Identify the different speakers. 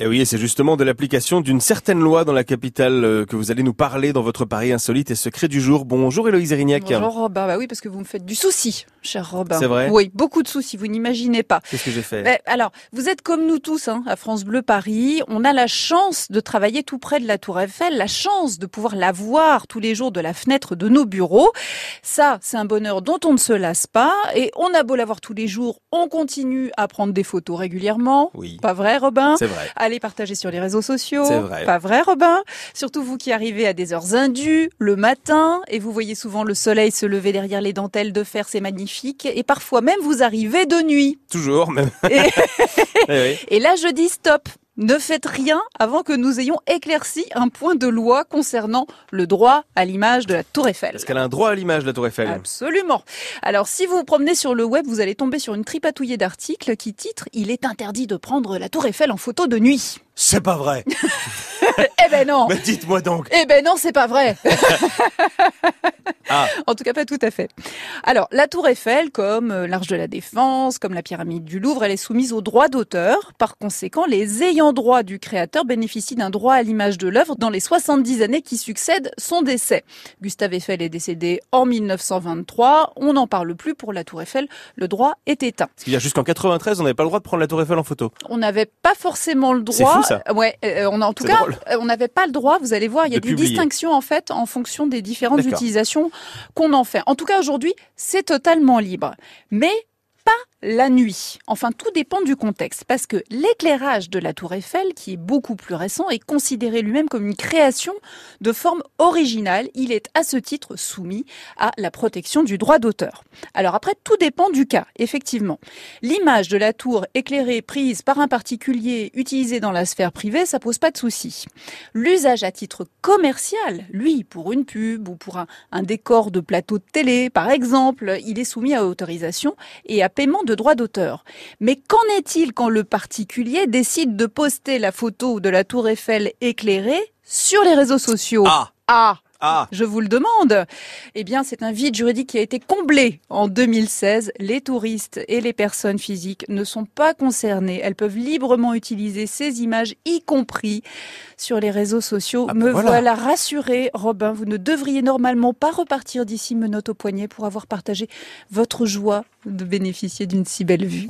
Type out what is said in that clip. Speaker 1: Et Eh oui, et c'est justement de l'application d'une certaine loi dans la capitale euh, que vous allez nous parler dans votre Paris insolite et secret du jour. Bonjour Héloïse Erignac.
Speaker 2: Bonjour Robin, bah oui parce que vous me faites du souci, cher Robin.
Speaker 1: C'est vrai
Speaker 2: Oui, beaucoup de soucis, vous n'imaginez pas.
Speaker 1: Qu'est-ce que j'ai fait
Speaker 2: Mais alors, vous êtes comme nous tous hein, à France Bleu Paris. On a la chance de travailler tout près de la Tour Eiffel, la chance de pouvoir la voir tous les jours de la fenêtre de nos bureaux. Ça, c'est un bonheur dont on ne se lasse pas. Et on a beau la voir tous les jours, on continue à prendre des photos régulièrement.
Speaker 1: Oui,
Speaker 2: Pas vrai, Robin
Speaker 1: c'est vrai.
Speaker 2: Allez partager sur les réseaux sociaux.
Speaker 1: C'est vrai.
Speaker 2: Pas vrai, Robin Surtout vous qui arrivez à des heures indues, le matin, et vous voyez souvent le soleil se lever derrière les dentelles de fer, c'est magnifique. Et parfois même, vous arrivez de nuit.
Speaker 1: Toujours, même.
Speaker 2: Et,
Speaker 1: Eh oui.
Speaker 2: et là, je dis stop ne faites rien avant que nous ayons éclairci un point de loi concernant le droit à l'image de la Tour Eiffel.
Speaker 1: Parce qu'elle a un droit à l'image, la Tour Eiffel.
Speaker 2: Absolument. Alors, si vous vous promenez sur le web, vous allez tomber sur une tripatouillée d'articles qui titrent Il est interdit de prendre la Tour Eiffel en photo de nuit.
Speaker 1: C'est pas vrai.
Speaker 2: Eh ben non
Speaker 1: Mais dites-moi donc.
Speaker 2: Eh ben non, c'est pas vrai.
Speaker 1: Ah.
Speaker 2: En tout cas, pas tout à fait. Alors, la Tour Eiffel, comme euh, l'Arche de la Défense, comme la pyramide du Louvre, elle est soumise au droit d'auteur. Par conséquent, les ayants droit du créateur bénéficient d'un droit à l'image de l'œuvre dans les 70 années qui succèdent son décès. Gustave Eiffel est décédé en 1923. On n'en parle plus pour la Tour Eiffel. Le droit est éteint.
Speaker 1: Parce qu'il y a jusqu'en 93, on n'avait pas le droit de prendre la Tour Eiffel en photo.
Speaker 2: On n'avait pas forcément le
Speaker 1: C'est
Speaker 2: droit.
Speaker 1: fou, ça.
Speaker 2: Euh, Ouais, euh, on a en tout
Speaker 1: C'est
Speaker 2: cas,
Speaker 1: drôle.
Speaker 2: euh, on n'avait pas le droit. Vous allez voir, il y a
Speaker 1: De
Speaker 2: des
Speaker 1: publier.
Speaker 2: distinctions en fait en fonction des différentes
Speaker 1: D'accord.
Speaker 2: utilisations qu'on en fait. En tout cas, aujourd'hui, c'est totalement libre, mais pas la nuit. Enfin, tout dépend du contexte, parce que l'éclairage de la Tour Eiffel, qui est beaucoup plus récent, est considéré lui-même comme une création de forme originale. Il est à ce titre soumis à la protection du droit d'auteur. Alors après, tout dépend du cas, effectivement. L'image de la tour éclairée prise par un particulier utilisée dans la sphère privée, ça pose pas de souci. L'usage à titre commercial, lui, pour une pub ou pour un, un décor de plateau de télé, par exemple, il est soumis à autorisation et à paiement de droits d'auteur. Mais qu'en est-il quand le particulier décide de poster la photo de la tour Eiffel éclairée sur les réseaux sociaux
Speaker 1: Ah.
Speaker 2: Ah
Speaker 1: Ah.
Speaker 2: je vous le demande. Eh bien, c'est un vide juridique qui a été comblé en 2016. Les touristes et les personnes physiques ne sont pas concernées. Elles peuvent librement utiliser ces images, y compris sur les réseaux sociaux.
Speaker 1: Ah, ben
Speaker 2: Me
Speaker 1: voilà.
Speaker 2: voilà. rassuré, Robin. Vous ne devriez normalement pas repartir d'ici menottes au poignet pour avoir partagé votre joie de bénéficier d'une si belle vue.